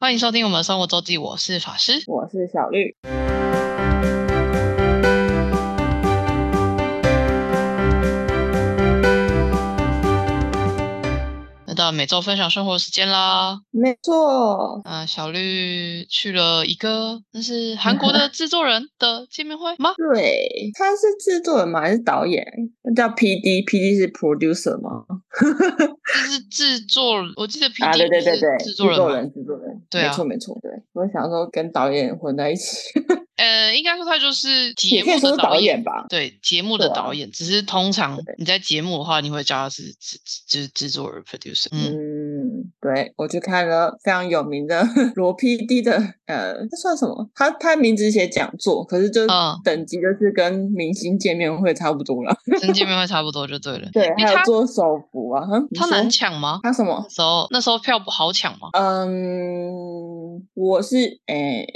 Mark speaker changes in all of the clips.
Speaker 1: 欢迎收听我们的生活周记，我是法师。
Speaker 2: 我是小绿。
Speaker 1: 那到每周分享生活时间啦。
Speaker 2: 没错，
Speaker 1: 嗯、小绿去了一个那是韩国 的制作人的见面会吗？
Speaker 2: 对，他是制作人吗？还是导演？那叫 P D，P D 是 producer 吗？
Speaker 1: 就是制作，我记得 P
Speaker 2: 啊，
Speaker 1: D
Speaker 2: 对对对对，
Speaker 1: 制
Speaker 2: 制
Speaker 1: 作人
Speaker 2: 作
Speaker 1: 嘛，
Speaker 2: 人，制作人，
Speaker 1: 对啊
Speaker 2: 没错没错，对。我想说跟导演混在一起，
Speaker 1: 呃，应该说他就是节
Speaker 2: 也可以
Speaker 1: 目
Speaker 2: 说
Speaker 1: 的
Speaker 2: 是导
Speaker 1: 演
Speaker 2: 演吧。
Speaker 1: 对节目的
Speaker 2: 对啊
Speaker 1: 导演，只是通常
Speaker 2: 对
Speaker 1: 你在节目的话，你会叫他是制制制制作人 producer。嗯，
Speaker 2: 嗯，对，我去看了非常有名的罗 PD 的，呃，这算什么？他他名字写讲座，可是就
Speaker 1: 嗯
Speaker 2: 等级就是跟明星见面会差不多了。
Speaker 1: 跟见面 会差不多就对了。
Speaker 2: 对，还有
Speaker 1: 他
Speaker 2: 做手幅啊，哼
Speaker 1: 他难
Speaker 2: 你说
Speaker 1: 抢吗？
Speaker 2: 他什么
Speaker 1: 那？时候那时候票不好抢吗？
Speaker 2: 嗯，我是诶、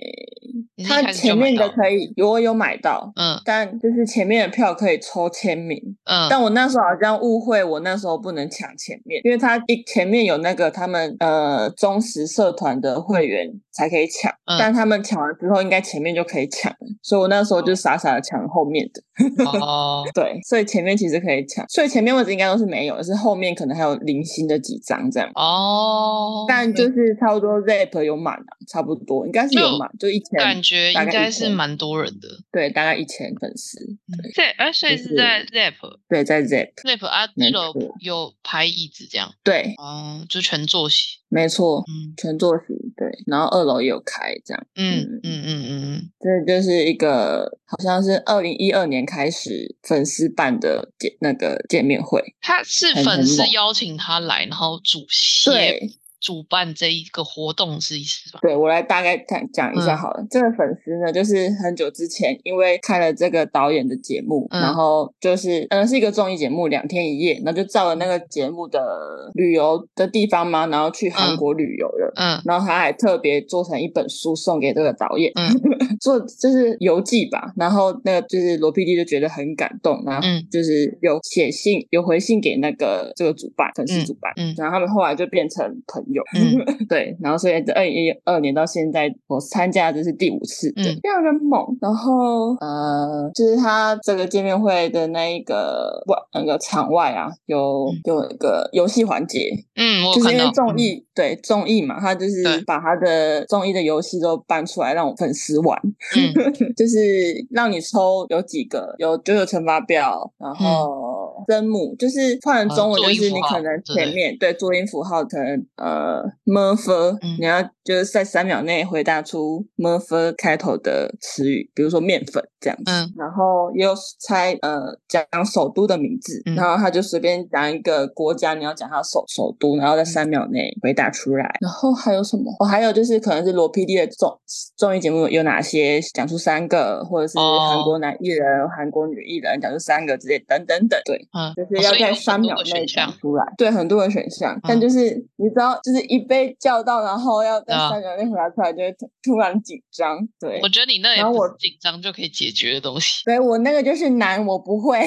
Speaker 1: 你是一
Speaker 2: 他
Speaker 1: 开始就
Speaker 2: 前
Speaker 1: 买
Speaker 2: 面的
Speaker 1: 到
Speaker 2: 可以，我有买到，
Speaker 1: 嗯
Speaker 2: 但就是前面的票可以抽签名，
Speaker 1: 嗯，
Speaker 2: 但我那时候好像误会，我那时候不能抢前面，因为他一前面有那个他们呃忠实社团的会员才可以抢，
Speaker 1: 嗯
Speaker 2: 但他们抢完之后，应该前面就可以抢了，所以我那时候就傻傻的抢后面的，
Speaker 1: 哦，
Speaker 2: 对，所以前面其实可以抢，所以前面位置应该都是没有的，是后面可能还有零星的几张这样。
Speaker 1: 哦，
Speaker 2: 但就是差不多 rap 有满啊，差不多应该是有满，就一千，
Speaker 1: 感觉
Speaker 2: 大
Speaker 1: 应
Speaker 2: 概
Speaker 1: 该
Speaker 2: 一
Speaker 1: 是
Speaker 2: 千
Speaker 1: 蛮多人的。嗯
Speaker 2: 对，大概一千粉丝，对
Speaker 1: 对，而所以
Speaker 2: 就是
Speaker 1: 在 rap
Speaker 2: 对，在 rap，
Speaker 1: rap 啊，一
Speaker 2: 没
Speaker 1: 楼
Speaker 2: 错
Speaker 1: 有排椅子这样，
Speaker 2: 对，
Speaker 1: 哦，就全坐席。
Speaker 2: 没错，
Speaker 1: 嗯
Speaker 2: 全坐席，对，然后二楼也有开这样，
Speaker 1: 嗯
Speaker 2: 嗯
Speaker 1: 嗯嗯嗯嗯，
Speaker 2: 这就是一个好像是二零一二年开始粉丝办的见那个见面会，
Speaker 1: 他是
Speaker 2: 很
Speaker 1: 粉
Speaker 2: 很
Speaker 1: 丝
Speaker 2: 猛
Speaker 1: 邀请他来，然后主席
Speaker 2: 对。
Speaker 1: 主办这一个活动是意思吧？
Speaker 2: 对我来大概讲讲一下
Speaker 1: 嗯
Speaker 2: 好了。这个粉丝呢，就是很久之前因为看了这个导演的节目，
Speaker 1: 嗯
Speaker 2: 然后就是嗯、呃是一个综艺节目，两天一夜，然后就照了那个节目的旅游的地方嘛，然后去韩
Speaker 1: 嗯
Speaker 2: 国旅游了。
Speaker 1: 嗯
Speaker 2: 然后他还特别做成一本书送给这个导演，
Speaker 1: 嗯
Speaker 2: 做就是游记吧。然后那个就是罗 PD 就觉得很感动，然后
Speaker 1: 嗯
Speaker 2: 就是有写信，有回信给那个这个主办粉丝主办，
Speaker 1: 嗯嗯
Speaker 2: 然后他们后来就变成朋友。
Speaker 1: 嗯
Speaker 2: 对，然后所以二零一二年到现在，我参加的这是第五次，对
Speaker 1: 嗯，
Speaker 2: 非常的猛。然后呃，就是他这个见面会的那一个外那个场外啊，有
Speaker 1: 嗯
Speaker 2: 有一个游戏环节，
Speaker 1: 嗯，我有
Speaker 2: 就是
Speaker 1: 看
Speaker 2: 因为
Speaker 1: 到
Speaker 2: 综
Speaker 1: 嗯
Speaker 2: 艺，对综艺嘛，他就
Speaker 1: 对
Speaker 2: 是把他的综艺的游戏都搬出来让我粉丝玩，
Speaker 1: 嗯
Speaker 2: 就是让你抽有几个，有就有乘法表，然后分母，就是换成中文
Speaker 1: 嗯呃
Speaker 2: 就是
Speaker 1: 注音
Speaker 2: 你
Speaker 1: 符号
Speaker 2: 可能
Speaker 1: 对不对
Speaker 2: 前面对注音符号可能呃 m f，、
Speaker 1: 嗯
Speaker 2: 你要就是在三秒内回答出 m f 开头的词语，比如说面粉这样子。
Speaker 1: 嗯
Speaker 2: 然后也有猜呃讲首都的名字，
Speaker 1: 嗯
Speaker 2: 然后他就随便讲一个国家，你要讲他首首都，然后在三秒内回答出来。嗯然后还有什么？哦，还有就是可能是罗 PD 的综综艺节目有哪些？讲出三个，或者是
Speaker 1: 哦
Speaker 2: 韩国男艺人、韩国女艺人，讲出三个之类，等等等。对，
Speaker 1: 嗯，
Speaker 2: 就
Speaker 1: 哦
Speaker 2: 是要
Speaker 1: 所以有
Speaker 2: 在
Speaker 1: 很
Speaker 2: 三
Speaker 1: 多
Speaker 2: 秒
Speaker 1: 个
Speaker 2: 内
Speaker 1: 选
Speaker 2: 讲
Speaker 1: 项，
Speaker 2: 出来。对，很多的选项，但
Speaker 1: 嗯
Speaker 2: 就是你知道，就是一被叫到，然后要在
Speaker 1: 对啊
Speaker 2: 三秒内回答出来，就会突突然紧张。对，
Speaker 1: 我觉得你那也
Speaker 2: 然后
Speaker 1: 不
Speaker 2: 我
Speaker 1: 是紧张就可以解决的东西。
Speaker 2: 对我那个就是难，我不 会，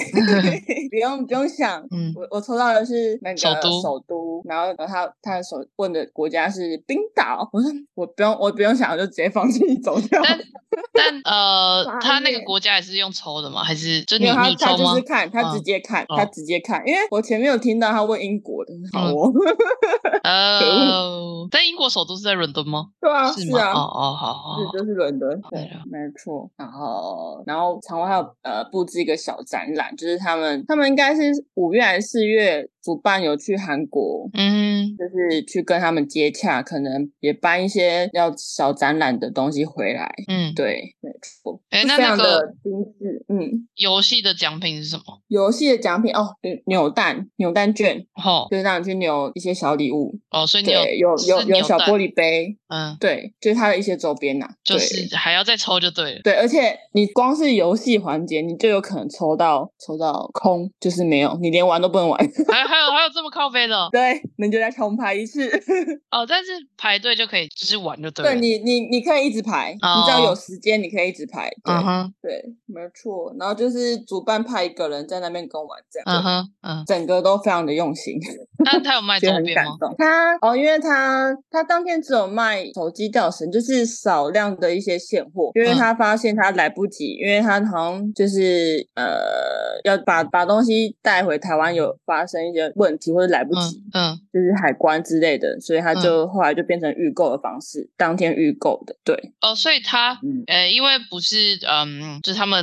Speaker 2: 不用不用想。
Speaker 1: 嗯
Speaker 2: 我我抽到的是那个
Speaker 1: 首都
Speaker 2: 首都然后他他所问的国家是冰岛，我说我不用我不用想，我就直接放弃走掉。
Speaker 1: 但但呃，
Speaker 2: 傻
Speaker 1: 他那个
Speaker 2: 眼
Speaker 1: 国家也是用抽的吗？还是就
Speaker 2: 没
Speaker 1: 你
Speaker 2: 有他
Speaker 1: 你
Speaker 2: 他
Speaker 1: 抽
Speaker 2: 就
Speaker 1: 吗
Speaker 2: 是？看他直
Speaker 1: 嗯
Speaker 2: 接看、他
Speaker 1: 哦
Speaker 2: 直接看，因为我前面有听到他问英国的，好
Speaker 1: 嗯
Speaker 2: 哦，
Speaker 1: 呃，但英国首都是在伦敦吗？
Speaker 2: 对啊
Speaker 1: 是
Speaker 2: 是
Speaker 1: 吗？
Speaker 2: 啊。
Speaker 1: 哦哦，好好好
Speaker 2: 是，就是伦敦，
Speaker 1: 对
Speaker 2: 对
Speaker 1: 了，
Speaker 2: 没错。然后，然后场外还有呃布置一个小展览，就是他们他们应该是五月还是四月主办有去韩国，
Speaker 1: 嗯
Speaker 2: 就是去跟他们接洽，可能也搬一些要小展览的东西回来。
Speaker 1: 嗯，
Speaker 2: 对，没错，
Speaker 1: 诶
Speaker 2: 就
Speaker 1: 那
Speaker 2: 非
Speaker 1: 那
Speaker 2: 常
Speaker 1: 个
Speaker 2: 的精致。嗯，
Speaker 1: 游戏的奖品是什么？
Speaker 2: 游戏的奖品哦，扭扭蛋，扭蛋券
Speaker 1: 哦
Speaker 2: 就是让你去扭一些小礼物。
Speaker 1: 哦，所以你有
Speaker 2: 对，有有
Speaker 1: 是
Speaker 2: 有
Speaker 1: 扭
Speaker 2: 小
Speaker 1: 蛋
Speaker 2: 玻璃杯，
Speaker 1: 嗯，
Speaker 2: 对，就是它的一些周边呐、
Speaker 1: 就
Speaker 2: 对
Speaker 1: 是还要再抽就对了。
Speaker 2: 对，而且你光是游戏环节，你就有可能抽到抽到空，就是没有，你连玩都不能玩。
Speaker 1: 还还有还有这么靠背的
Speaker 2: 对，你就再重排一次。
Speaker 1: 哦，但是排队就可以，就是玩就对了。
Speaker 2: 对你，你你可以一直排，你只要
Speaker 1: 哦
Speaker 2: 有时间，你可以一直排。
Speaker 1: 嗯哼，
Speaker 2: 对，没错。然后就是主办派一个人在那边跟我玩这样，
Speaker 1: 嗯哼，嗯。
Speaker 2: 整个都非常的用心，
Speaker 1: 那他有卖
Speaker 2: 觉
Speaker 1: 周
Speaker 2: 得很
Speaker 1: 边
Speaker 2: 感
Speaker 1: 吗？
Speaker 2: 动。他哦，因为他他当天只有卖手机吊绳，就是少量的一些现货，因为
Speaker 1: 嗯
Speaker 2: 他发现他来不及，因为他好像就是呃要把把东西带回台湾，有发生一些问题或者来不及。
Speaker 1: 嗯嗯
Speaker 2: 就是海关之类的，所以他就后来就变成预购的方式，当天预购的，对，
Speaker 1: 哦，所以他
Speaker 2: 嗯，
Speaker 1: 呃，因为不是嗯，就是他们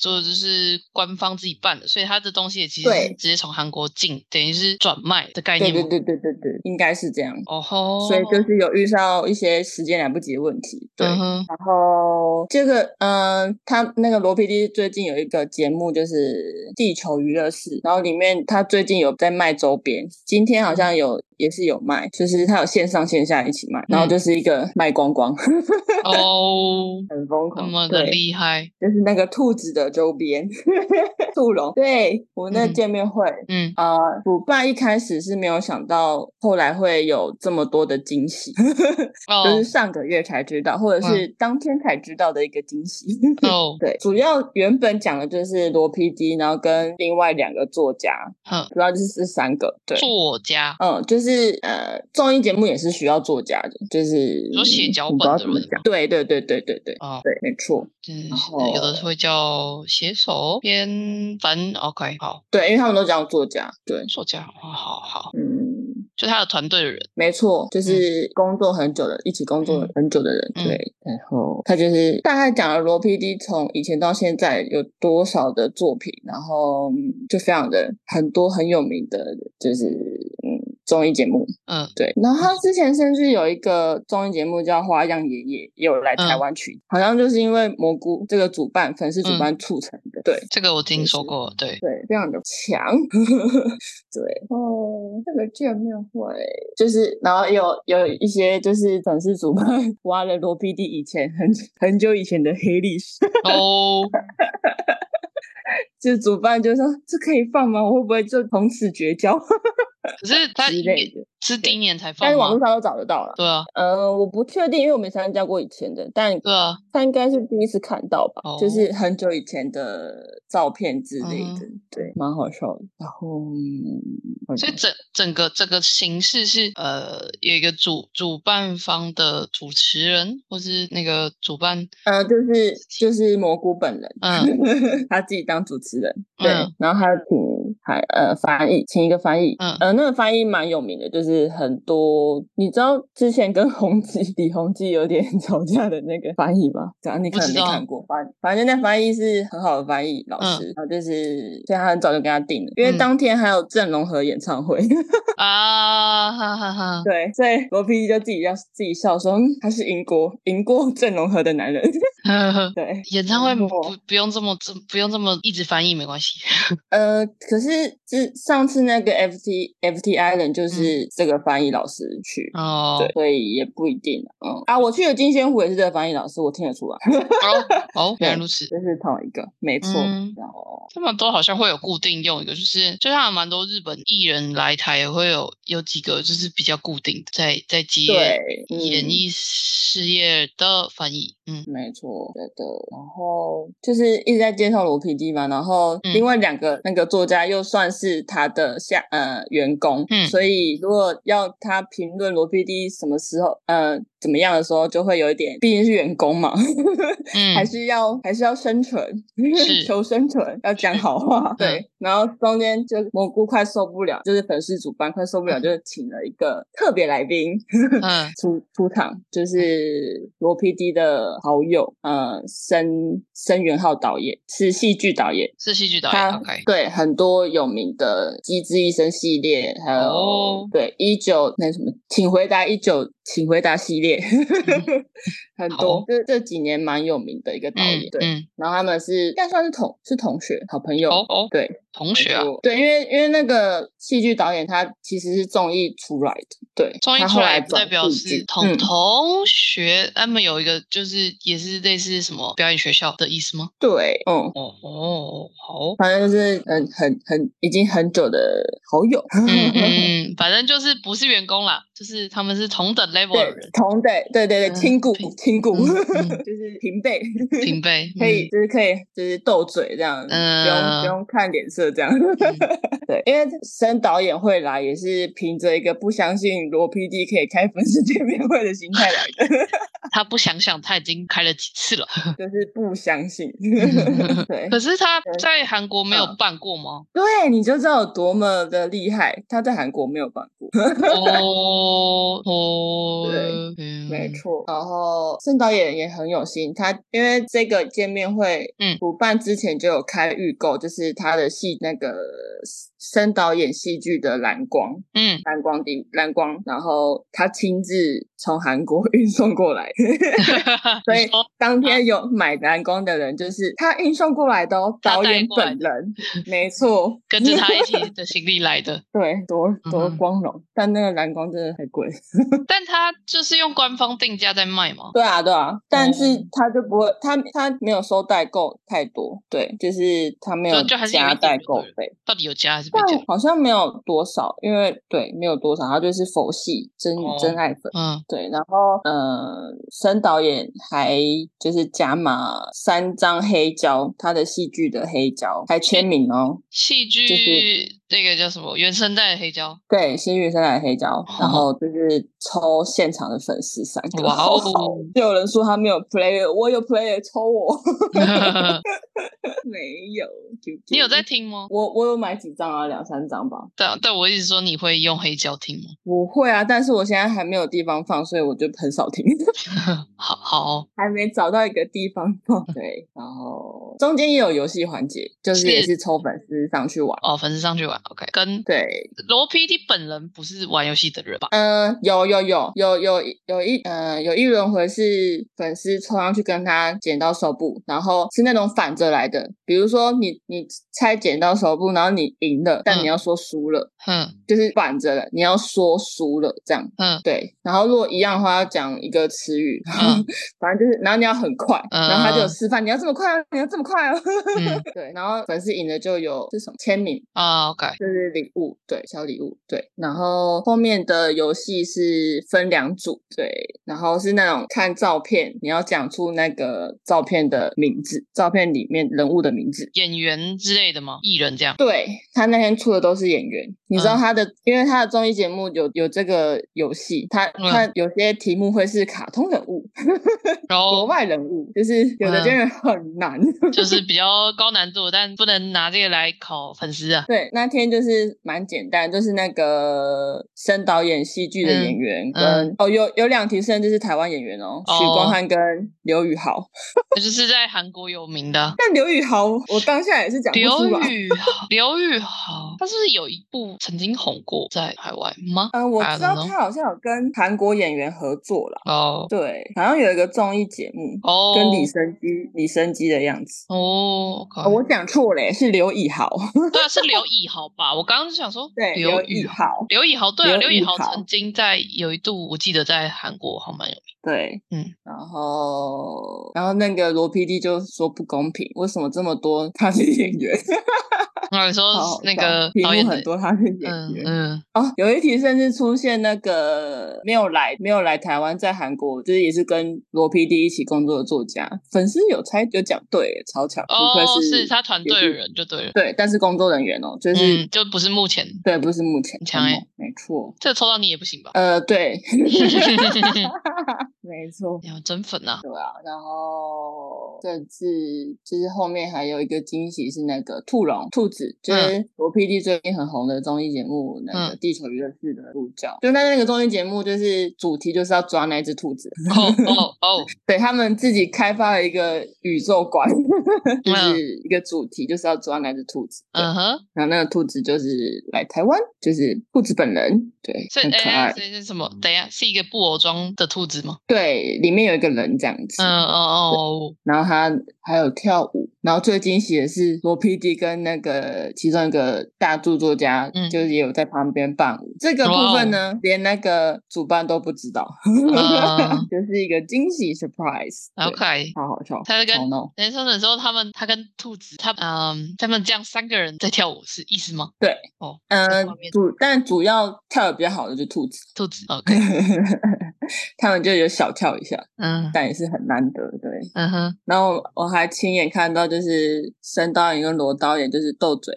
Speaker 1: 就就是官方自己办的，所以他的东西也其实是
Speaker 2: 对
Speaker 1: 直接从韩国进，等于是转卖的概
Speaker 2: 对
Speaker 1: 念
Speaker 2: 对
Speaker 1: 吗？
Speaker 2: 对对对对，应该是这样。
Speaker 1: 哎哦吼，
Speaker 2: 所以就是有遇到一些时间来不及的问题，对。
Speaker 1: 嗯哼，
Speaker 2: 然后这个，嗯、他那个罗 PD 最近有一个节目，就是《地球娱乐室》，然后里面他最近有在卖周边，今天好像有、也是有卖，就是他有线上线下一起卖，然后就是一个卖光光，
Speaker 1: 哦，
Speaker 2: 很疯
Speaker 1: 那
Speaker 2: 狂，
Speaker 1: 么的
Speaker 2: 嗯对，
Speaker 1: 厉害，
Speaker 2: 就是那个兔子的周边， 兔笼。对我那
Speaker 1: 嗯
Speaker 2: 见面会，
Speaker 1: 嗯，
Speaker 2: 呃，主办一开始是没有想到后来会有这么多的惊喜， 就
Speaker 1: 哦
Speaker 2: 是上个月才知道，或者是当天才知道的一个惊喜。
Speaker 1: 哦，
Speaker 2: 对，主要原本讲的就是罗 PD，然后跟另外两个作家，
Speaker 1: 哼，
Speaker 2: 主要就是这三个。对，
Speaker 1: 作家，
Speaker 2: 嗯，就是呃，综艺节目也是需要作家的，就是
Speaker 1: 有写脚
Speaker 2: 我不知道
Speaker 1: 本的
Speaker 2: 怎么
Speaker 1: 人
Speaker 2: 讲。对对对对对对
Speaker 1: 哦，
Speaker 2: 对，没错。
Speaker 1: 真
Speaker 2: 然
Speaker 1: 是的，有的
Speaker 2: 后
Speaker 1: 会叫写手编，反正 OK，好，
Speaker 2: 对，因为他们都讲作家。对，
Speaker 1: 作家，好好好，
Speaker 2: 嗯。
Speaker 1: 就他的团队的人，
Speaker 2: 没错，就是工作很久的，一起工作
Speaker 1: 嗯
Speaker 2: 很久的人，
Speaker 1: 嗯
Speaker 2: 对。然后他就是大概讲了罗 PD 从以前到现在有多少的作品，然后嗯就非常的很多很有名的，就是嗯综艺节目，
Speaker 1: 嗯
Speaker 2: 对。然后他之前甚至有一个综艺节目叫《花样爷爷》，也有来台
Speaker 1: 嗯
Speaker 2: 湾取，好像就是因为蘑菇这个主办粉丝主
Speaker 1: 嗯
Speaker 2: 办促成的，对。
Speaker 1: 这个我听
Speaker 2: 就
Speaker 1: 说
Speaker 2: 是
Speaker 1: 过，对，
Speaker 2: 对，非常的强。 对，哦，这个见面会就是，然后有有一些就是粉丝主办 挖了罗 PD 以前很 很久以前的黑历史，
Speaker 1: 哦，
Speaker 2: 就主办就说这可以放吗？我会不会就从此绝交
Speaker 1: 可是他
Speaker 2: 之
Speaker 1: 应
Speaker 2: 类
Speaker 1: 该
Speaker 2: 的？
Speaker 1: 是第一年才
Speaker 2: 但
Speaker 1: 放
Speaker 2: 是网
Speaker 1: 吗
Speaker 2: 络？上都找得到了。
Speaker 1: 对啊，
Speaker 2: 呃，我不确定，因为我没参加过以前的，但
Speaker 1: 对啊，
Speaker 2: 他应该是第一次看到吧，
Speaker 1: 哦
Speaker 2: 就是很久以前的照片之类
Speaker 1: 嗯
Speaker 2: 的，对，蛮好笑的。然后，嗯我
Speaker 1: 所以
Speaker 2: 想
Speaker 1: 整整个这个形式是呃有一个主主办方的主持人或是那个主办，
Speaker 2: 呃，就是就是蘑菇本人，
Speaker 1: 嗯
Speaker 2: 他自己当主持人，对，
Speaker 1: 嗯
Speaker 2: 然后还有请还呃翻译，请一个翻译，
Speaker 1: 嗯
Speaker 2: 呃，那个翻译蛮有名的，就是很多你知道之前跟洪基李洪基有点 吵架的那个翻译吗？这样你
Speaker 1: 不
Speaker 2: 可能
Speaker 1: 知
Speaker 2: 没
Speaker 1: 道
Speaker 2: 看过，反反正那翻译是很好的翻译老
Speaker 1: 嗯
Speaker 2: 师，然后就是所以他很早就跟他定了，因为
Speaker 1: 嗯
Speaker 2: 当天还有郑容和演唱会，
Speaker 1: 啊哈哈哈，
Speaker 2: 对，所以罗 PD 就自己要自己笑说，嗯，他是赢过赢过郑容和的男人，
Speaker 1: 呵呵
Speaker 2: 对。
Speaker 1: 演唱会
Speaker 2: 然后
Speaker 1: 不不用这么这不用这么一直翻译没关系，
Speaker 2: 呃，可是之上次那个 FT FT Island 就是这个翻译老师去，
Speaker 1: 嗯哦
Speaker 2: 对，所以也不一定。嗯啊，我去的金仙湖也是这个翻译老师，我听得 出来，
Speaker 1: 哦 哦，原来
Speaker 2: 对
Speaker 1: 如此，
Speaker 2: 就是同一个，没错。
Speaker 1: 嗯
Speaker 2: 然后
Speaker 1: 他们都好像会有固定用一个，就是就像蛮多日本艺人来台也会有有几个就是比较固定的在在接
Speaker 2: 对，
Speaker 1: 演
Speaker 2: 嗯
Speaker 1: 艺事业的翻译，嗯
Speaker 2: 没错，对的。然后就是一直在介绍罗 PD 嘛，然后
Speaker 1: 嗯
Speaker 2: 另外两个那个作家又算是他的下呃员工，
Speaker 1: 嗯
Speaker 2: 所以如果要他评论罗 PD 什么时候呃怎么样的时候，就会有一点，毕竟是员工嘛，
Speaker 1: 嗯，
Speaker 2: 还是要还是要生存，
Speaker 1: 是嗯
Speaker 2: 求生存，要讲好话。 对，然后中间就蘑菇快受不了，就是粉丝主办快受不了，就请了一个特别来宾，
Speaker 1: 嗯
Speaker 2: 出出场，就是罗 PD 的好友，呃，申申元浩导演是戏剧导演，
Speaker 1: 是戏剧导演
Speaker 2: 他
Speaker 1: ，OK，
Speaker 2: 对很多有名的《机智医生》系列，还有、
Speaker 1: 哦
Speaker 2: 对一九那什么，请回答一九，请回答系列， 很
Speaker 1: 嗯好
Speaker 2: 多
Speaker 1: 哦，
Speaker 2: 这这几年蛮有名的一个导
Speaker 1: 嗯
Speaker 2: 演，对。
Speaker 1: 嗯，
Speaker 2: 然后他们是应该算是同是同学好朋友，
Speaker 1: 哦哦
Speaker 2: 对，
Speaker 1: 同学啊，
Speaker 2: 对，因为因为那个戏剧导演他其实是综艺出来的，对，
Speaker 1: 综艺
Speaker 2: 他
Speaker 1: 出
Speaker 2: 后来
Speaker 1: 来不
Speaker 2: 转
Speaker 1: 代表
Speaker 2: 戏
Speaker 1: 是
Speaker 2: 剧
Speaker 1: 同
Speaker 2: 嗯
Speaker 1: 同学，他们有一个就是也是类似什么表演学校的意思吗？
Speaker 2: 对，嗯，
Speaker 1: 哦哦，好。
Speaker 2: 反正就是很很很已经很久的好友，
Speaker 1: 嗯嗯，反正就是不是员工啦，就是他们是同等 level 的
Speaker 2: 对
Speaker 1: 人，，
Speaker 2: 同对对对
Speaker 1: 嗯
Speaker 2: 对，亲故
Speaker 1: 平
Speaker 2: 亲故，
Speaker 1: 嗯 嗯
Speaker 2: 就是平辈，
Speaker 1: 平辈。
Speaker 2: 可以
Speaker 1: 嗯
Speaker 2: 就是可以就是斗嘴这样，不用
Speaker 1: 嗯
Speaker 2: 不用看脸色这 样。
Speaker 1: 嗯
Speaker 2: 对，因为申导演会来也是凭着一个不相信罗 PD 可以开粉丝见面会的心态来的，
Speaker 1: 他不想想，他已经开了几次
Speaker 2: 哎
Speaker 1: 了。
Speaker 2: 就是不相信。 对
Speaker 1: 可是他
Speaker 2: 对
Speaker 1: 在韩国没有
Speaker 2: 嗯
Speaker 1: 办过 吗？
Speaker 2: 对，你就知道有多么的厉害。他在韩国没有办过，
Speaker 1: 哦哦，
Speaker 2: 对
Speaker 1: 嗯
Speaker 2: 没。错。然后盛导演也很有心，他因为这个见面会，
Speaker 1: 嗯
Speaker 2: 主办之前就有开预购，就是他的戏那个申导演戏剧的蓝光，
Speaker 1: 嗯，
Speaker 2: 蓝光底蓝光，然后他亲自从韩国 运送过来， 所以
Speaker 1: 你嗯 说
Speaker 2: 当天有买蓝光的人就是他运送过来的哦，
Speaker 1: 他
Speaker 2: 导
Speaker 1: 带
Speaker 2: 演
Speaker 1: 过来
Speaker 2: 本人，没错，
Speaker 1: 跟着他一起的行李来的，
Speaker 2: 对，多多
Speaker 1: 嗯哼
Speaker 2: 光荣，但那个蓝光真的太贵。
Speaker 1: 但他就是用官方定价在卖嘛。
Speaker 2: 对啊，对啊，但是
Speaker 1: 哦
Speaker 2: 他就不会，他他没有收代购太多，对，就是他没
Speaker 1: 就
Speaker 2: 有
Speaker 1: 就还是有一
Speaker 2: 加
Speaker 1: 定
Speaker 2: 代
Speaker 1: 就
Speaker 2: 购
Speaker 1: 对了
Speaker 2: 费，
Speaker 1: 到底有加还是没加
Speaker 2: 但？好像没有多少，因为对没有多少，他就是佛系真、
Speaker 1: 哦
Speaker 2: 真爱粉，
Speaker 1: 嗯，
Speaker 2: 对，然后呃，申导演还就是加码三张黑胶，他的戏剧的黑胶还签名哦，
Speaker 1: 戏剧那个叫什么原声带的黑 胶，
Speaker 2: 对，新月生来的黑胶，然后就是抽现场的粉丝三个，
Speaker 1: 哇
Speaker 2: 好
Speaker 1: 哦
Speaker 2: 好，就有人说他没有 player，我有 player 抽我， 没有，就
Speaker 1: 你有在？听吗？
Speaker 2: 我我有买几张啊，两三张吧。
Speaker 1: 对啊对，我一直说你会用黑胶听吗？
Speaker 2: 我会啊，但是我现在还没有地方放，所以我就很少听，
Speaker 1: 好好哦，
Speaker 2: 还没找到一个地方放。
Speaker 1: 嗯
Speaker 2: 对，然后中间也有游戏环节，就是也
Speaker 1: 是
Speaker 2: 是抽粉丝上去玩。
Speaker 1: 哦，粉丝上去玩，OK，跟
Speaker 2: 对，
Speaker 1: 罗 PD 本人不是玩游戏的人吧？
Speaker 2: 嗯，有有有有有一有一呃有一轮回是粉丝冲上去跟他剪刀手部，然后是那种反着来的，比如说你你猜剪刀手部，然后你赢了，但
Speaker 1: 嗯
Speaker 2: 你要说输了，
Speaker 1: 嗯
Speaker 2: 就是反着了，你要说输了这样。
Speaker 1: 嗯
Speaker 2: 对，然后如果一样的话，要讲一个词语，
Speaker 1: 嗯
Speaker 2: 反正就是，然后你要很快，然后他就有
Speaker 1: 嗯
Speaker 2: 示范，你要这么快哦，你要这么快哦。
Speaker 1: 嗯
Speaker 2: 对，然后粉丝赢了就有这什么签名，
Speaker 1: 啊，OK，
Speaker 2: 就是礼物，对，小礼物，对。然后后面的游戏是分两组，对，然后是那种看照片，你要讲出那个照片的名字，照片里面人物的名字。
Speaker 1: 演员之类的吗？艺人这样？
Speaker 2: 对他那天出的都是演员，你知道
Speaker 1: 嗯
Speaker 2: 他的，因为他的综艺节目有有这个游戏，他他有些题目会是卡通人物、
Speaker 1: 然
Speaker 2: 国
Speaker 1: 后
Speaker 2: 外人物，就是有的真的很难。
Speaker 1: 就是比较高难度，但不能拿这个来考粉丝啊。
Speaker 2: 对，那天就是蛮简单，就是那个申导演戏剧的演
Speaker 1: 嗯
Speaker 2: 员跟、
Speaker 1: 嗯
Speaker 2: 哦，有有两题甚至是台湾演员哦，许光
Speaker 1: 哦
Speaker 2: 汉跟刘宇豪。
Speaker 1: 那就是在韩国有名的
Speaker 2: 但刘宇豪，我当下也是讲不
Speaker 1: 刘
Speaker 2: 出来。
Speaker 1: 宇豪，刘宇豪，他是不是有一部曾经红过在海外吗？
Speaker 2: 嗯、我
Speaker 1: I
Speaker 2: 知道
Speaker 1: don't know
Speaker 2: 他好像有跟韩国演员合作啦，
Speaker 1: 哦
Speaker 2: 对，好像有一个综艺节目，
Speaker 1: 哦
Speaker 2: 跟李生基、李生基的样子。
Speaker 1: 哦，OK，
Speaker 2: 哦、我讲错嘞，是刘以豪。
Speaker 1: 对啊，是刘以豪吧？我刚刚就想说，
Speaker 2: 对，
Speaker 1: 刘
Speaker 2: 以
Speaker 1: 宇豪，
Speaker 2: 豪。
Speaker 1: 刘以豪，对啊，
Speaker 2: 刘
Speaker 1: 刘
Speaker 2: 以
Speaker 1: 以豪
Speaker 2: 豪
Speaker 1: 曾经在有一度，我记得在韩国好蛮有名。
Speaker 2: 对，
Speaker 1: 嗯，
Speaker 2: 然后，然后那个罗 PD 就说不公平，为什么这么多他是演员？
Speaker 1: 那你
Speaker 2: 好
Speaker 1: 说
Speaker 2: 好
Speaker 1: 哦那
Speaker 2: 笑
Speaker 1: 个
Speaker 2: 题
Speaker 1: 导
Speaker 2: 目
Speaker 1: 演
Speaker 2: 很
Speaker 1: 的，
Speaker 2: 多，他是演
Speaker 1: 嗯
Speaker 2: 员、
Speaker 1: 嗯，
Speaker 2: 哦。有一题甚至出现那个没有来没有来台湾，在韩国就是也是跟罗 PD 一起工作的作家，粉丝有猜有讲对，超巧，不愧
Speaker 1: 哦，
Speaker 2: 是
Speaker 1: 是他团
Speaker 2: 也
Speaker 1: 队的
Speaker 2: 是
Speaker 1: 人就对了，
Speaker 2: 对，但是工作人员哦，就是、
Speaker 1: 嗯，就不是目前
Speaker 2: 对，不是目前
Speaker 1: 很强
Speaker 2: 嗯
Speaker 1: 欸
Speaker 2: 没错，
Speaker 1: 这抽到你也不行 吧？
Speaker 2: 呃，对，
Speaker 1: 你
Speaker 2: 没错。
Speaker 1: 有真粉啊！
Speaker 2: 对啊，然后甚至就是后面还有一个惊喜是那个兔笼兔子，就是罗 PD 最近很红的综艺节目那个《
Speaker 1: 嗯
Speaker 2: 地球娱乐室》的助教，就在那个综艺节目，就是主题就是要抓那只兔子，
Speaker 1: 哦哦哦，
Speaker 2: 对他们自己开发了一个宇宙观，就是一个主题就是要抓那只兔子，对，
Speaker 1: 嗯哼，
Speaker 2: 然后那个兔子就是来台湾，就是兔子本人，对，
Speaker 1: 所以
Speaker 2: 很可
Speaker 1: 哎，
Speaker 2: 爱，嗯
Speaker 1: 所以是什么？等一下，是一个布偶装的兔子吗？嗯
Speaker 2: 对，里面有一个人这样子，
Speaker 1: 嗯哦哦，
Speaker 2: 然后他还有跳舞。然后最惊喜的是，罗 PD 跟那个其中一个大著作家，
Speaker 1: 嗯哦
Speaker 2: 就是也有在旁边伴舞。这个部分呢，连那个主办都不知道，
Speaker 1: 嗯
Speaker 2: 就是一个惊喜 surprise 对。
Speaker 1: ，OK。
Speaker 2: 超好笑，
Speaker 1: 他在跟
Speaker 2: 好闹
Speaker 1: 人生的时候，他们他跟兔子，他嗯，他们这样三个人在跳舞是意思吗？
Speaker 2: 对，
Speaker 1: 哦，
Speaker 2: 嗯
Speaker 1: 这画面，
Speaker 2: 主但主要跳的比较好的就是兔子，
Speaker 1: 兔子，OK，
Speaker 2: 他们就有小跳一下，
Speaker 1: 嗯
Speaker 2: 但也是很难得，对。
Speaker 1: 嗯哼，
Speaker 2: 然后我还亲眼看到，就是申导演跟罗导演就是斗嘴，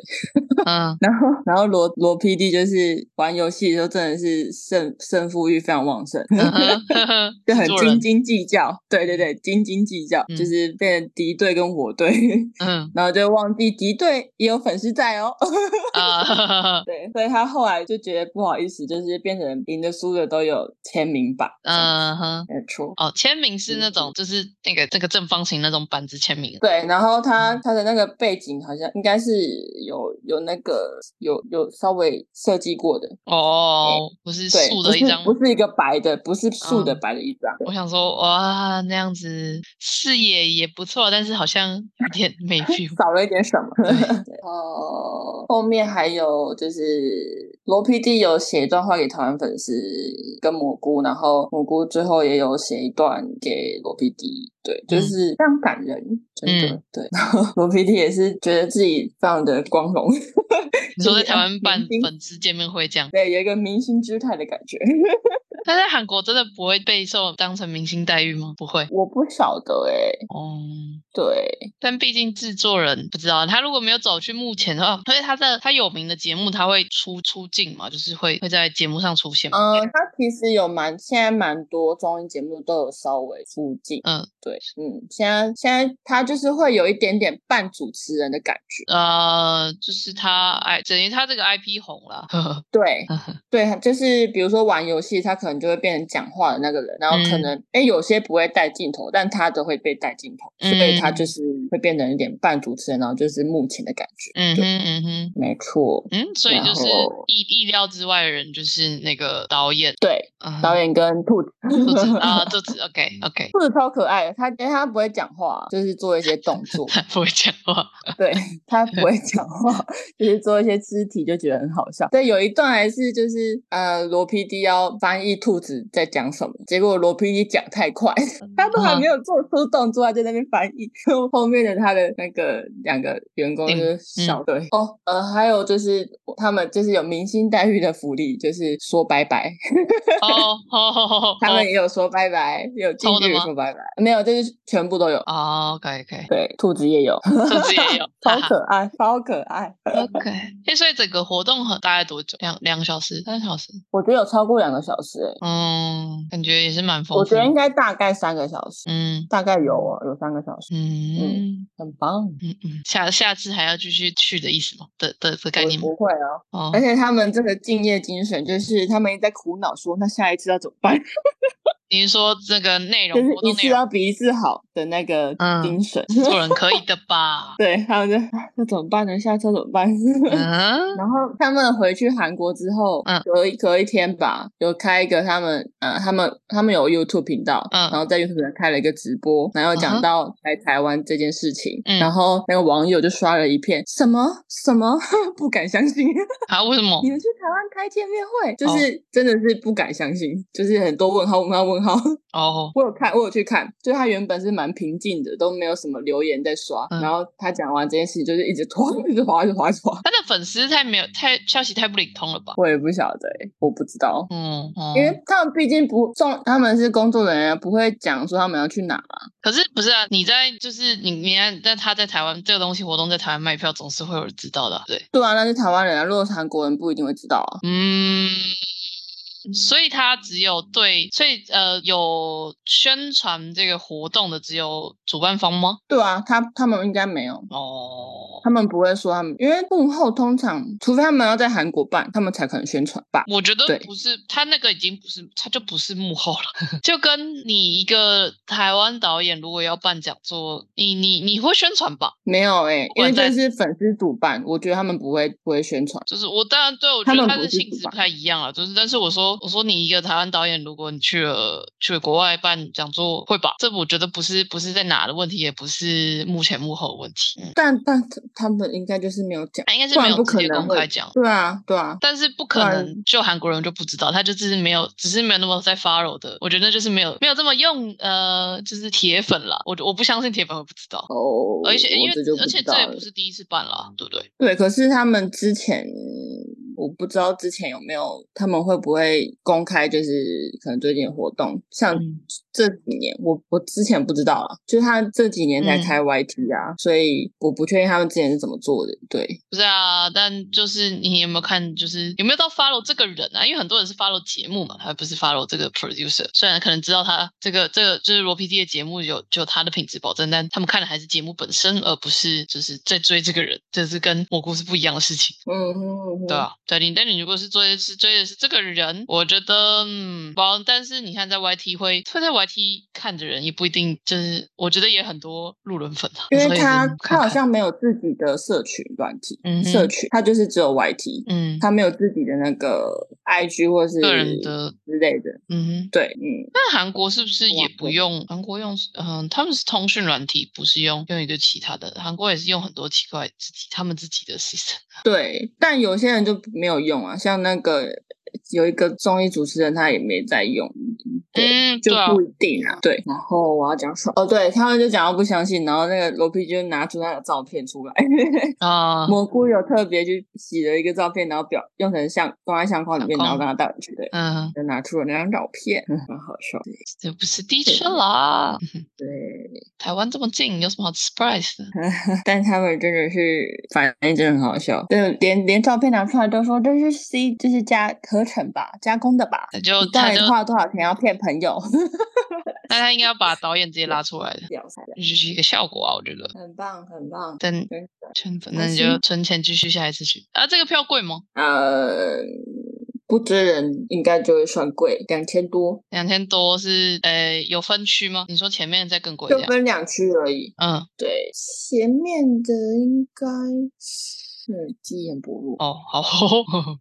Speaker 1: 嗯
Speaker 2: 然后然后罗罗 PD 就是玩游戏的时候真的是胜胜负欲非常旺盛，
Speaker 1: 嗯哼，呵呵
Speaker 2: 就很
Speaker 1: 制作
Speaker 2: 斤
Speaker 1: 人，
Speaker 2: 斤计较，对对对，斤斤计较，
Speaker 1: 嗯
Speaker 2: 就是变成敌对跟我对，
Speaker 1: 嗯
Speaker 2: 然后就忘记敌对也有粉丝在哦，
Speaker 1: 啊，呵呵呵
Speaker 2: 对，所以他后来就觉得不好意思，就是变成赢的输的都有签名版，嗯，
Speaker 1: 嗯哼，
Speaker 2: 没错。
Speaker 1: 哦，签名是那种，就是那个那个正方形那种板子签名，
Speaker 2: 对，然后他
Speaker 1: 嗯
Speaker 2: 他的那个背景好像应该是有有那个有有稍微设计过的，
Speaker 1: 哦，不是
Speaker 2: 对，
Speaker 1: 竖
Speaker 2: 不
Speaker 1: 的一
Speaker 2: 是
Speaker 1: 张
Speaker 2: 不，是一个白的，不是竖的
Speaker 1: 嗯
Speaker 2: 白的一张，
Speaker 1: 我想说，哇，那样子视野也不错，但是好像有 点没 feel，
Speaker 2: 少了一点什么。
Speaker 1: 对
Speaker 2: 对哦，后面还有就是罗 PD 有写一段话给台湾粉丝跟蘑菇，然后蘑菇最后也有写一段给罗 PD，对，就
Speaker 1: 嗯
Speaker 2: 是非常感人，真的、
Speaker 1: 嗯
Speaker 2: 对。然后罗 PD 也是觉得自己非常的光荣，
Speaker 1: 你说
Speaker 2: 就
Speaker 1: 在
Speaker 2: 是
Speaker 1: 台
Speaker 2: 啊
Speaker 1: 湾办
Speaker 2: 明星
Speaker 1: 粉丝见面会这样，
Speaker 2: 对，有一个明星姿态的感觉。
Speaker 1: 但在韩国真的不会被受当成明星待遇吗？不 会。
Speaker 2: 我不晓得哎、
Speaker 1: 哦，
Speaker 2: 对，
Speaker 1: 但毕竟制作人不知道，他如果没有走去幕前的话，而且他的他有名的节目，他会出出镜嘛，就是会会在节目上出现嘛。
Speaker 2: 嗯、他其实有蛮现在蛮多综艺节目都有稍微出镜，
Speaker 1: 嗯
Speaker 2: 对，嗯，现在现在他就是会有一点点半主持人的感觉，
Speaker 1: 呃，就是他哎，等于他这个 IP 红了，呵呵
Speaker 2: 对
Speaker 1: 呵呵
Speaker 2: 对，就是比如说玩游戏，他可能就会变成讲话的那个人，然后可
Speaker 1: 嗯
Speaker 2: 能哎、诶有些不会带镜头，但他的会被带镜头，所以他就
Speaker 1: 嗯
Speaker 2: 是会变成有点半主持人，然后就是目前的感觉，
Speaker 1: 嗯哼
Speaker 2: 对，
Speaker 1: 嗯哼
Speaker 2: 没错，
Speaker 1: 嗯，所以
Speaker 2: 然
Speaker 1: 就是
Speaker 2: 后
Speaker 1: 意意料之外的人，就是那个导演，
Speaker 2: 对，
Speaker 1: 嗯，
Speaker 2: 导演跟兔子，
Speaker 1: 兔子 啊，兔子，OK OK，
Speaker 2: 兔子超可爱的，它因为它不会讲话，就是做一些动作，
Speaker 1: 不会讲话，
Speaker 2: 对， 它不会讲话， 就是做一些肢体，就觉得很好笑。对，有一段还是就是呃，罗 PD 要翻译兔子在讲什么，结果罗 PD 讲太快， 他都
Speaker 1: 哦嗯
Speaker 2: 还没有做出动作，他就在那边翻译。 后面的他的那个两个员工
Speaker 1: 嗯
Speaker 2: 就是小队、哦，呃，还有就是他们就是有明星待遇的福利，就是说拜拜。
Speaker 1: 哦哦哦，
Speaker 2: 他
Speaker 1: 哦
Speaker 2: 们也有说拜拜，有进
Speaker 1: 偷的
Speaker 2: 去也
Speaker 1: 吗
Speaker 2: 说拜拜，没有，就是全部都有。
Speaker 1: 哦，OK OK，
Speaker 2: 对，兔子也有，
Speaker 1: 兔子也有，哈
Speaker 2: 超
Speaker 1: 哈
Speaker 2: 可爱，超可爱。
Speaker 1: OK，诶所以整个活动很大概多久？两两个小时、三小时？
Speaker 2: 我觉得有超过两个小时诶、
Speaker 1: 嗯，感觉也是蛮丰
Speaker 2: 我
Speaker 1: 富
Speaker 2: 觉得应
Speaker 1: 的。
Speaker 2: 该大概三个小时，
Speaker 1: 嗯
Speaker 2: 大概有哦，有三个小时，
Speaker 1: 嗯
Speaker 2: 很棒。
Speaker 1: 嗯嗯，下下次还要继续去的意思吗？的的的概念吗
Speaker 2: 我不会哦，
Speaker 1: 哦
Speaker 2: 而，且他们这个敬业精神，就是他们一直在苦恼说，那下一次要怎么办？
Speaker 1: 你是说这个内
Speaker 2: 就
Speaker 1: 容
Speaker 2: 是
Speaker 1: 哎活动内
Speaker 2: 一次
Speaker 1: 容，
Speaker 2: 要比一次好的那个
Speaker 1: 嗯
Speaker 2: 精神。？
Speaker 1: 制作人可以的吧
Speaker 2: 对，他们就啊那怎么办呢？下一次要怎么办？
Speaker 1: 嗯
Speaker 2: 然后他们回去韩国之后，
Speaker 1: 嗯
Speaker 2: 隔一隔一天吧，有开一个他们呃，他们他们有 YouTube 频道，
Speaker 1: 嗯
Speaker 2: 然后在 YouTube 上开了一个直播，然后
Speaker 1: 嗯
Speaker 2: 讲
Speaker 1: 哼
Speaker 2: 到来台湾这件事情，
Speaker 1: 嗯
Speaker 2: 然后那个网友就刷了一片，什么什么 不敢相信，
Speaker 1: 啊，为什么
Speaker 2: 你？们去台湾开见面会，
Speaker 1: 哦
Speaker 2: 就是真的是不敢相信，就是很多问号问号问号。
Speaker 1: 哦，
Speaker 2: 我有看，我有去看，就他原本是蛮平静的，都没有什么留言在刷，
Speaker 1: 嗯
Speaker 2: 然后他讲完这件事情就是一直 拖，一直滑，一直滑，一直滑。
Speaker 1: 他的粉丝太没有太消息太不灵通了吧？
Speaker 2: 我也不晓得欸、我不知道，
Speaker 1: 嗯，哦
Speaker 2: 因为他们毕竟不重，他们是工作人员，不会讲说他们要去哪嘛。
Speaker 1: 可是不是啊？你在就是你你看，但他在台湾这个东西活动在台湾卖票，总是会有人知道的啊、对。
Speaker 2: 对啊，那是台湾人啊，如果是韩国人不一定会知道啊。
Speaker 1: 嗯，
Speaker 2: 嗯
Speaker 1: 所以他只有对，所以呃，有宣传这个活动的只有主办方吗？
Speaker 2: 对啊，他他们应该没有，
Speaker 1: 哦，
Speaker 2: 他们不会说他们，因为幕后通常，除非他们要在韩国办，他们才可能宣传吧。
Speaker 1: 我觉得
Speaker 2: 对
Speaker 1: 不是，他那个已经不是，他就不是幕后了， 就跟你一个台湾导演如果要办讲座，你你你会宣传吧？
Speaker 2: 没有哎、
Speaker 1: 不然
Speaker 2: 因为这
Speaker 1: 在
Speaker 2: 是粉丝主办，我觉得他们不会不会宣传。
Speaker 1: 就是我当然对我觉
Speaker 2: 他
Speaker 1: 得
Speaker 2: 们
Speaker 1: 他
Speaker 2: 不
Speaker 1: 的
Speaker 2: 是
Speaker 1: 性
Speaker 2: 主
Speaker 1: 质
Speaker 2: 办
Speaker 1: 不太一样啊，就是但是我说我说你一个台湾导演，如果你去了去了国外办讲座会吧，这我觉得不是不是在哪的问题，也不是目前幕后的问题，嗯，
Speaker 2: 但但他们应该就是没有讲，
Speaker 1: 他应该是
Speaker 2: 不
Speaker 1: 没
Speaker 2: 然
Speaker 1: 有
Speaker 2: 不
Speaker 1: 直
Speaker 2: 可
Speaker 1: 接
Speaker 2: 能
Speaker 1: 公
Speaker 2: 会
Speaker 1: 开讲。
Speaker 2: 对啊，对啊，
Speaker 1: 但是不可
Speaker 2: 对啊
Speaker 1: 能，就韩国人就不知道，他就只是没有，只是没有那么在 follow 的。我觉得就是没有没有这么用，呃，就是铁粉啦。我我不相信铁粉会不知道，
Speaker 2: 哦，
Speaker 1: 而且因
Speaker 2: 我
Speaker 1: 为
Speaker 2: 这就不
Speaker 1: 而且
Speaker 2: 知道
Speaker 1: 这也
Speaker 2: 了嗯
Speaker 1: 不是第一次办啦，对不对？
Speaker 2: 对，可是他们之前我不知道之前有没有，他们会不会公开就是可能最近的活动，像
Speaker 1: 嗯
Speaker 2: 这几年、我我之前不知道啊，就是他这几年才
Speaker 1: 嗯
Speaker 2: 开 YT 啊，所以我不确定他们之前是怎么做的。对，
Speaker 1: 不是啊，但就是你有没有看，就是有没有到 follow 这个人啊？因为很多人是 follow 节目嘛，他不是 follow 这个 producer。虽然可能知道他这个这个就是罗 PD 的节目有就他的品质保证，但他们看的还是节目本身，而不是就是在追这个人，这是跟蘑菇是不一样的事情。
Speaker 2: 嗯哼
Speaker 1: 对，啊，对你，但你如果是追的是追的是这个人，我觉得嗯，包，但是你看在 YT 会会在 YT 看的人也不一定，就是我觉得也很多路人粉啊，
Speaker 2: 因
Speaker 1: 所
Speaker 2: 为
Speaker 1: 以
Speaker 2: 他
Speaker 1: 嗯看
Speaker 2: 他好
Speaker 1: 看
Speaker 2: 像没有自己的社群软体，
Speaker 1: 嗯哼
Speaker 2: 社群他就是只有 YT，
Speaker 1: 嗯
Speaker 2: 他没有自己的那个 IG 或是
Speaker 1: 个人的
Speaker 2: 之类的。
Speaker 1: 嗯哼。
Speaker 2: 对，嗯，
Speaker 1: 那韩国是不是也
Speaker 2: 网
Speaker 1: 不
Speaker 2: 络
Speaker 1: 用？韩国用嗯，他们是通讯软体，不是用用一个其他的。韩国也是用很多奇怪自己他们自己的 system。
Speaker 2: 对，但有些人就没有用啊，像那个有一个综艺主持人，他也没在用，对，
Speaker 1: 嗯，
Speaker 2: 就
Speaker 1: 对啊，
Speaker 2: 不一定啊。对，然后我要讲什么？哦，对他们就讲到不相信，然后那个罗 P 就拿出他的照片出来，
Speaker 1: 啊、
Speaker 2: 蘑菇有特别去洗了一个照片，然后表用成相放在相框里面，
Speaker 1: 相
Speaker 2: 然后
Speaker 1: 框
Speaker 2: 让他带回去，对，
Speaker 1: 嗯，
Speaker 2: 就拿出了那张照片，很好笑。对
Speaker 1: 这不是的确啦，
Speaker 2: 对，
Speaker 1: 台湾这么近，有什么好 surprise 的？
Speaker 2: 嗯但他们真的是反应真的很好笑，就连连照片拿出来都说这是 C，这是加合成吧，加工的吧。
Speaker 1: 他就
Speaker 2: 你到
Speaker 1: 他
Speaker 2: 底
Speaker 1: 就
Speaker 2: 花了多少钱要骗朋友？
Speaker 1: 那他应该要把导演直接拉出来的，
Speaker 2: 屌丝的
Speaker 1: 这就是一个效果啊，我觉得。
Speaker 2: 很棒，很棒。
Speaker 1: 但
Speaker 2: 真的
Speaker 1: 趁反
Speaker 2: 开
Speaker 1: 正就
Speaker 2: 心
Speaker 1: 存钱继续下一次去啊。这个票贵吗？
Speaker 2: 呃，不知人应该就会算贵，两千多，
Speaker 1: 两千多是呃有分区吗？你说前面再更贵
Speaker 2: 就
Speaker 1: 一点？
Speaker 2: 分两区而已。
Speaker 1: 嗯，
Speaker 2: 对，前面的应该是鸡眼不入，
Speaker 1: 哦，好 哦，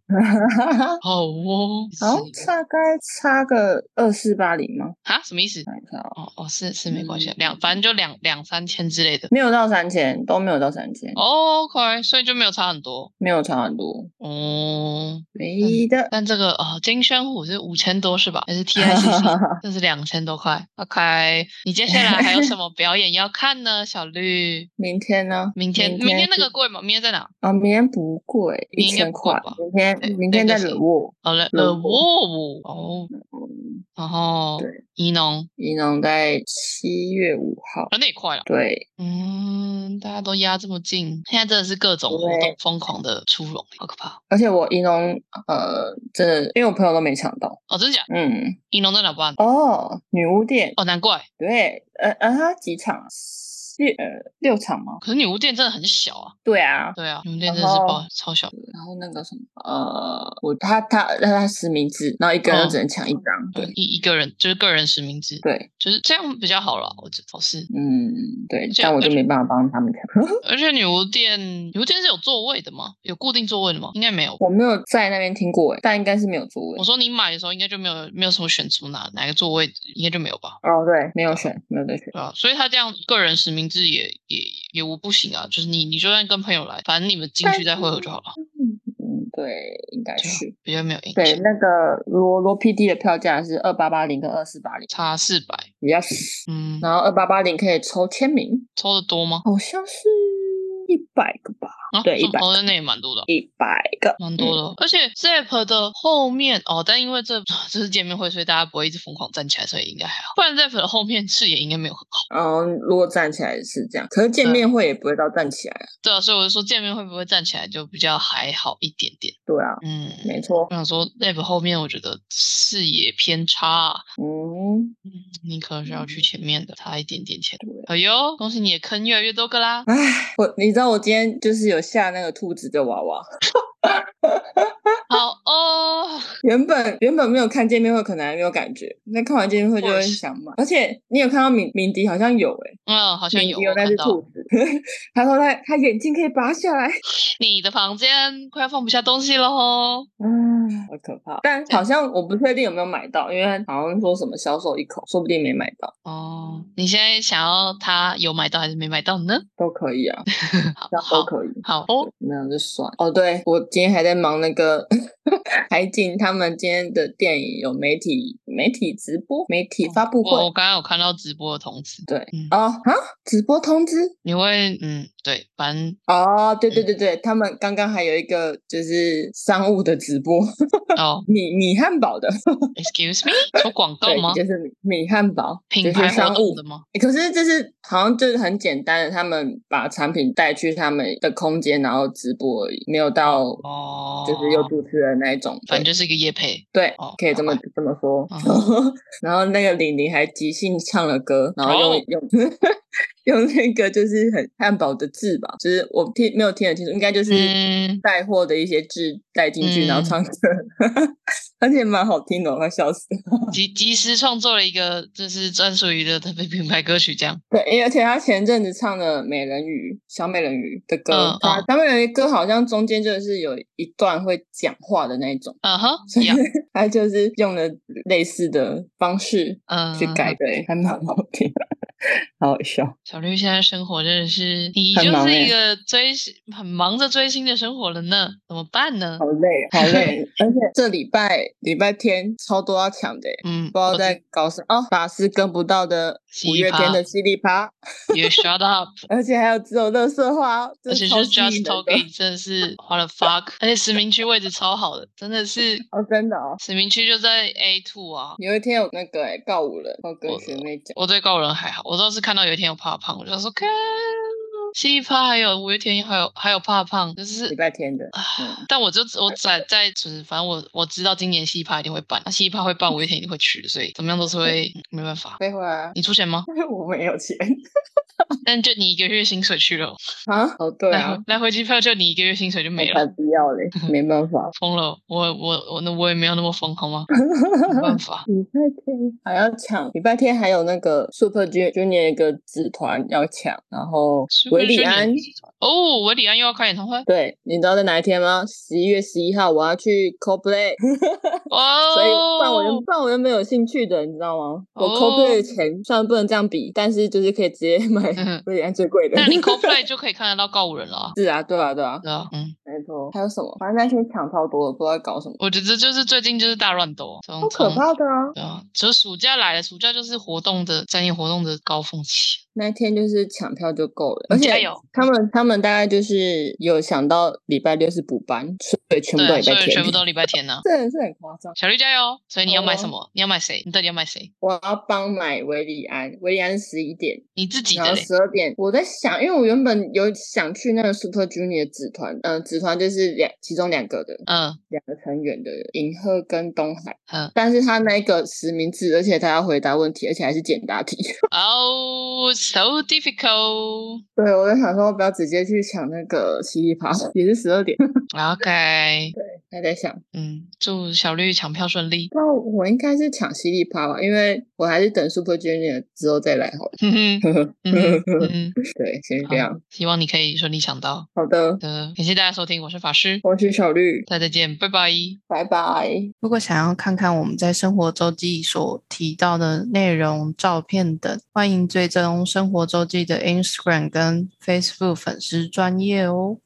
Speaker 1: 好哦，
Speaker 2: 好，
Speaker 1: 是
Speaker 2: 大概差个二四八零吗？
Speaker 1: 啊，什么意思？
Speaker 2: 看一下哦，
Speaker 1: 哦哦，是是没关系啊
Speaker 2: 嗯，
Speaker 1: 两反正就两两三千之类的。
Speaker 2: 没有到三千，都没有到三千，
Speaker 1: 哦 OK，所以就没有差很多
Speaker 2: 没有差很多。
Speaker 1: 哦。
Speaker 2: 没的，
Speaker 1: 但这个哦，金宣虎是五千多是吧？还是 TICC？这是两千多块。OK，你接下来还有什么表演要看呢，小绿？
Speaker 2: 明天呢？
Speaker 1: 明天
Speaker 2: 明
Speaker 1: 明天那
Speaker 2: 是
Speaker 1: 个贵吗？明天在哪？
Speaker 2: 啊，明天不贵，一
Speaker 1: 明天
Speaker 2: 千
Speaker 1: 不贵
Speaker 2: 块
Speaker 1: 吧。
Speaker 2: 明天
Speaker 1: 对
Speaker 2: 明
Speaker 1: 对
Speaker 2: 天
Speaker 1: 就
Speaker 2: 在
Speaker 1: 是
Speaker 2: 惹沃，
Speaker 1: 好了，
Speaker 2: 乐
Speaker 1: 呃，
Speaker 2: 谷
Speaker 1: 沃舞哦，
Speaker 2: 嗯，
Speaker 1: 然后
Speaker 2: 对
Speaker 1: 怡农，
Speaker 2: 宜农在七月五号。
Speaker 1: 啊，那也快了。
Speaker 2: 对，
Speaker 1: 嗯，大家都压这么近，现在真的是各种活动
Speaker 2: 对
Speaker 1: 疯狂的出笼，好可怕
Speaker 2: 而且我宜农呃，真的，因为我朋友都没抢到。
Speaker 1: 哦！真的假的？
Speaker 2: 嗯，
Speaker 1: 怡农在哪办？
Speaker 2: 哦，女巫店，
Speaker 1: 哦，难怪。
Speaker 2: 对，呃呃，它几场啊？六呃六场吗？
Speaker 1: 可是女巫店真的很小啊。
Speaker 2: 对啊，
Speaker 1: 对啊，女巫店真
Speaker 2: 然
Speaker 1: 的是
Speaker 2: 后
Speaker 1: 爆超小。
Speaker 2: 然后那个什么，呃，我他他他他实名制，然后一个人
Speaker 1: 哦
Speaker 2: 就只能抢一张，对
Speaker 1: 嗯一一个人就是个人实名制，
Speaker 2: 对，
Speaker 1: 就是这样比较好了，我觉得是。
Speaker 2: 嗯对
Speaker 1: 而，且
Speaker 2: 但我就
Speaker 1: 而且
Speaker 2: 没办法帮他们抢，
Speaker 1: 而且女巫店，女巫店是有座位的吗？有固定座位的吗？应该没有。
Speaker 2: 我没有在那边听过欸，但应该是没有座位
Speaker 1: 我。说你买的时候应该就没有没有什么选出哪哪个座位，应该就没有吧？
Speaker 2: 哦，对，没有选，没有得选。
Speaker 1: 对啊，所以他这样个人实名制也也也无不行啊，就是你你就算跟朋友来，反正你们进去再会合就好了，
Speaker 2: 嗯，对，应该
Speaker 1: 对啊
Speaker 2: 是。
Speaker 1: 比较没有影
Speaker 2: 对，
Speaker 1: 响。
Speaker 2: 那个罗罗 PD 的票价是二八八零跟二四八零
Speaker 1: 差四百，
Speaker 2: ，yes。
Speaker 1: 嗯，
Speaker 2: 然后二八八零可以抽签名，
Speaker 1: 抽的多吗？
Speaker 2: 好像是一百个吧，
Speaker 1: 啊，
Speaker 2: 对
Speaker 1: 中
Speaker 2: 100
Speaker 1: 头的那也蛮多的。
Speaker 2: 一百个，嗯
Speaker 1: 蛮多的，而且 Zep 的后面哦，但因为这这是见面会，所以大家不会一直疯狂站起来，所以应该还好。不然 Zep 的后面视野应该没有很好。
Speaker 2: 嗯，嗯如果站起来是这样，可是见
Speaker 1: 对
Speaker 2: 面会也不会到站起来啊，
Speaker 1: 对啊，所以我就说见面会不会站起来就比较还好一点点。
Speaker 2: 对啊，
Speaker 1: 嗯，
Speaker 2: 没错
Speaker 1: 我，想说 Zep 后面我觉得视野偏差，
Speaker 2: 嗯，
Speaker 1: 嗯，你可能是要去前面的，差一点点前。
Speaker 2: 对。啊
Speaker 1: 哎呦，恭喜你的坑越来越多个啦！
Speaker 2: 唉，我你知道我今天就是有下那个兔子的娃娃，
Speaker 1: 好哦，
Speaker 2: 原本原本没有看见面会，可能还没有感觉，那看完见面会就
Speaker 1: 我
Speaker 2: 会
Speaker 1: 也是
Speaker 2: 想买。而且你有看到敏敏迪好像有哎、
Speaker 1: 嗯，好
Speaker 2: 好
Speaker 1: 像有
Speaker 2: 敏迪
Speaker 1: 我
Speaker 2: 有那
Speaker 1: 看
Speaker 2: 只
Speaker 1: 到
Speaker 2: 兔子， 他说他他眼睛可以拔下来，
Speaker 1: 你的房间快要放不下东西哦喽。
Speaker 2: 嗯，好可怕。但好像我不确定有没有买到，因为好像说什么销售一口，说不定没买到
Speaker 1: 哦，你现在想要他有买到还是没买到呢？
Speaker 2: 都可以啊，
Speaker 1: 好
Speaker 2: 这样都
Speaker 1: 好
Speaker 2: 可以。
Speaker 1: 好哦，
Speaker 2: 没有就算哦，对我今天还在忙那个 海景，他们今天的电影有媒体媒体直播、媒体发布会，
Speaker 1: 我我刚刚有看到直播的通知，
Speaker 2: 对
Speaker 1: 嗯
Speaker 2: 哦啊，直播通知
Speaker 1: 因为嗯对，反 正
Speaker 2: 哦，对对对对，他们刚刚还有一个就是商务的直播，
Speaker 1: 哦
Speaker 2: 米米汉堡的，
Speaker 1: ，excuse me，做广告
Speaker 2: 对
Speaker 1: 吗，？
Speaker 2: 就是米汉堡，
Speaker 1: 品
Speaker 2: 就
Speaker 1: 牌
Speaker 2: 是商
Speaker 1: 活动
Speaker 2: 务
Speaker 1: 的吗？
Speaker 2: 可是这是好像就是很简单的，他们把产品带去他们的空间，然后直播而已，没有到
Speaker 1: 哦，
Speaker 2: 就是有主持人那一种，
Speaker 1: 反正
Speaker 2: 对
Speaker 1: 就是一个夜配，
Speaker 2: 对
Speaker 1: 哦，
Speaker 2: 可以这么
Speaker 1: 好
Speaker 2: 这么说
Speaker 1: 嗯。
Speaker 2: 然后那个李宁还即兴唱了歌，然后用
Speaker 1: 哦
Speaker 2: 用 用那个就是很汉堡的字吧，就是我听没有听得清楚，应该就是
Speaker 1: 嗯，
Speaker 2: 带货的一些字带进去，然后
Speaker 1: 嗯
Speaker 2: 唱歌， 而且蛮好听的，我快笑死了。
Speaker 1: 及及时创作了一个就是专属于的特别品牌歌曲，这样
Speaker 2: 对，诶而且他前阵子唱的《美人鱼》小美人鱼的歌，
Speaker 1: 嗯
Speaker 2: 他
Speaker 1: 嗯
Speaker 2: 小美人鱼歌好像中间就是有一段会讲话的那一种，
Speaker 1: 嗯哼，
Speaker 2: 所以
Speaker 1: 一样
Speaker 2: 他就是用了类似的方式
Speaker 1: 嗯，
Speaker 2: 去改，对，还蛮好听的，好好笑。
Speaker 1: 小绿现在生活真的是，你
Speaker 2: 很
Speaker 1: 就
Speaker 2: 忙
Speaker 1: 是一
Speaker 2: 欸
Speaker 1: 个追星很忙着追星的生活了呢，怎么办呢
Speaker 2: 好？累，啊好 累，而且这礼拜礼拜天超多要抢的耶，
Speaker 1: 嗯，
Speaker 2: 不知道
Speaker 1: 我
Speaker 2: 在
Speaker 1: 知
Speaker 2: 搞什么哦。法师跟不到的
Speaker 1: 犀
Speaker 2: 五
Speaker 1: 利
Speaker 2: 月天
Speaker 1: 趴
Speaker 2: 的犀利趴，
Speaker 1: You shut up，
Speaker 2: 而且还有只有乐色话哦，
Speaker 1: 而
Speaker 2: 这
Speaker 1: 且
Speaker 2: 超
Speaker 1: 是
Speaker 2: 吸引
Speaker 1: Just
Speaker 2: 人
Speaker 1: Talking 真的是 what the fuck，而且实名区位置超好的，真的是
Speaker 2: 的哦，真的哦。
Speaker 1: 实名区就在 A two 啊。
Speaker 2: 有一天有那个、欸、告五人，我
Speaker 1: 我
Speaker 2: 跟学妹讲，
Speaker 1: 我对高人还好，我倒是看到有一天有怕胖，我就想说看西趴还有五月天还有还有怕胖，就是
Speaker 2: 礼拜天的，
Speaker 1: 啊
Speaker 2: 嗯，
Speaker 1: 但我就我在在就是，反正我我知道今年西趴一定会办，那西趴会办，五月天一定会去，所以怎么样都是会嗯没办法。
Speaker 2: 废话、啊，
Speaker 1: 你出钱吗？
Speaker 2: 我没有钱
Speaker 1: 但就你一个月薪水去了，
Speaker 2: 啊，哦对
Speaker 1: 来
Speaker 2: 啊
Speaker 1: 回，来回机票就你一个月薪水就没
Speaker 2: 我
Speaker 1: 了
Speaker 2: 才。不要嘞，没 办法，
Speaker 1: 疯了，我我我那我也没有那么疯，好吗？没办法，
Speaker 2: 礼拜天还要抢，礼拜天还有那个 Super Ju- Junior 一个子团要抢，然后
Speaker 1: Super
Speaker 2: 维里安
Speaker 1: Junior。哦，维里安又要开演唱会
Speaker 2: 对，你知道在哪一天吗？十一月十一号我要去 CoPlay，
Speaker 1: 哦，
Speaker 2: 所以不然我就不然我就没有兴趣的，你知道吗？我
Speaker 1: 哦
Speaker 2: CoPlay 的钱虽然不能这样比，但是就是可以直接买
Speaker 1: 嗯
Speaker 2: 维里安最贵的。
Speaker 1: 那 你 CoPlay 就可以看得到告五人了啊。
Speaker 2: 是啊，对啊，对啊，
Speaker 1: 对啊，嗯，
Speaker 2: 没错，还有什么？反正那天抢超多的，不知道在搞什么，
Speaker 1: 我觉得就是最近就是大乱斗，从
Speaker 2: 好可。
Speaker 1: 从
Speaker 2: 怕的啊！
Speaker 1: 对啊，只有暑假来了，暑假就是活动的展演活动的高峰期。
Speaker 2: 那天就是抢票就够
Speaker 1: 你
Speaker 2: 了，而且
Speaker 1: 嗯加油
Speaker 2: 他们他们大概就是有想到礼拜六是补班，所以全部
Speaker 1: 对
Speaker 2: 都
Speaker 1: 啊，
Speaker 2: 礼
Speaker 1: 所
Speaker 2: 拜
Speaker 1: 以
Speaker 2: 天，
Speaker 1: 全部都礼拜天呢、
Speaker 2: 这很这很夸张。
Speaker 1: 小绿加油！所以你要买
Speaker 2: 好啊
Speaker 1: 什么？你要买谁？你到底要买谁？
Speaker 2: 我要帮买维里安，维里安十一点，
Speaker 1: 你自己
Speaker 2: 然
Speaker 1: 的
Speaker 2: 后
Speaker 1: 嘞。
Speaker 2: 十二点我在想，因为我原本有想去那个 Super Junior 的子团，嗯、子团就是两其中两个的，
Speaker 1: 嗯
Speaker 2: 两个成员的银赫跟东海，
Speaker 1: 嗯，
Speaker 2: 但是他那个实名制，而且他要回答问题，而且还是简答题。
Speaker 1: 哦、s o difficult。
Speaker 2: 对，我在想说，不要直接去抢那个犀利趴，也是十二点。
Speaker 1: OK，
Speaker 2: 还在想，
Speaker 1: 嗯，祝小绿抢票顺利。
Speaker 2: 那我应该是抢犀利趴吧，因为我还是等 Super Junior 之后再来好了。
Speaker 1: 哼哼，嗯 哼嗯哼，
Speaker 2: 对，先
Speaker 1: 好
Speaker 2: 这样。
Speaker 1: 希望你可以顺利抢到。
Speaker 2: 好的，
Speaker 1: 好的，感谢大家收听，我是法师，
Speaker 2: 我是小绿，
Speaker 1: 大家再见，拜拜。
Speaker 2: 拜拜。
Speaker 3: 如果想要看看我们在生活周记所提到的内容、照片等，欢迎追踪生活周记的 Instagram 跟 Facebook 粉丝专业哦。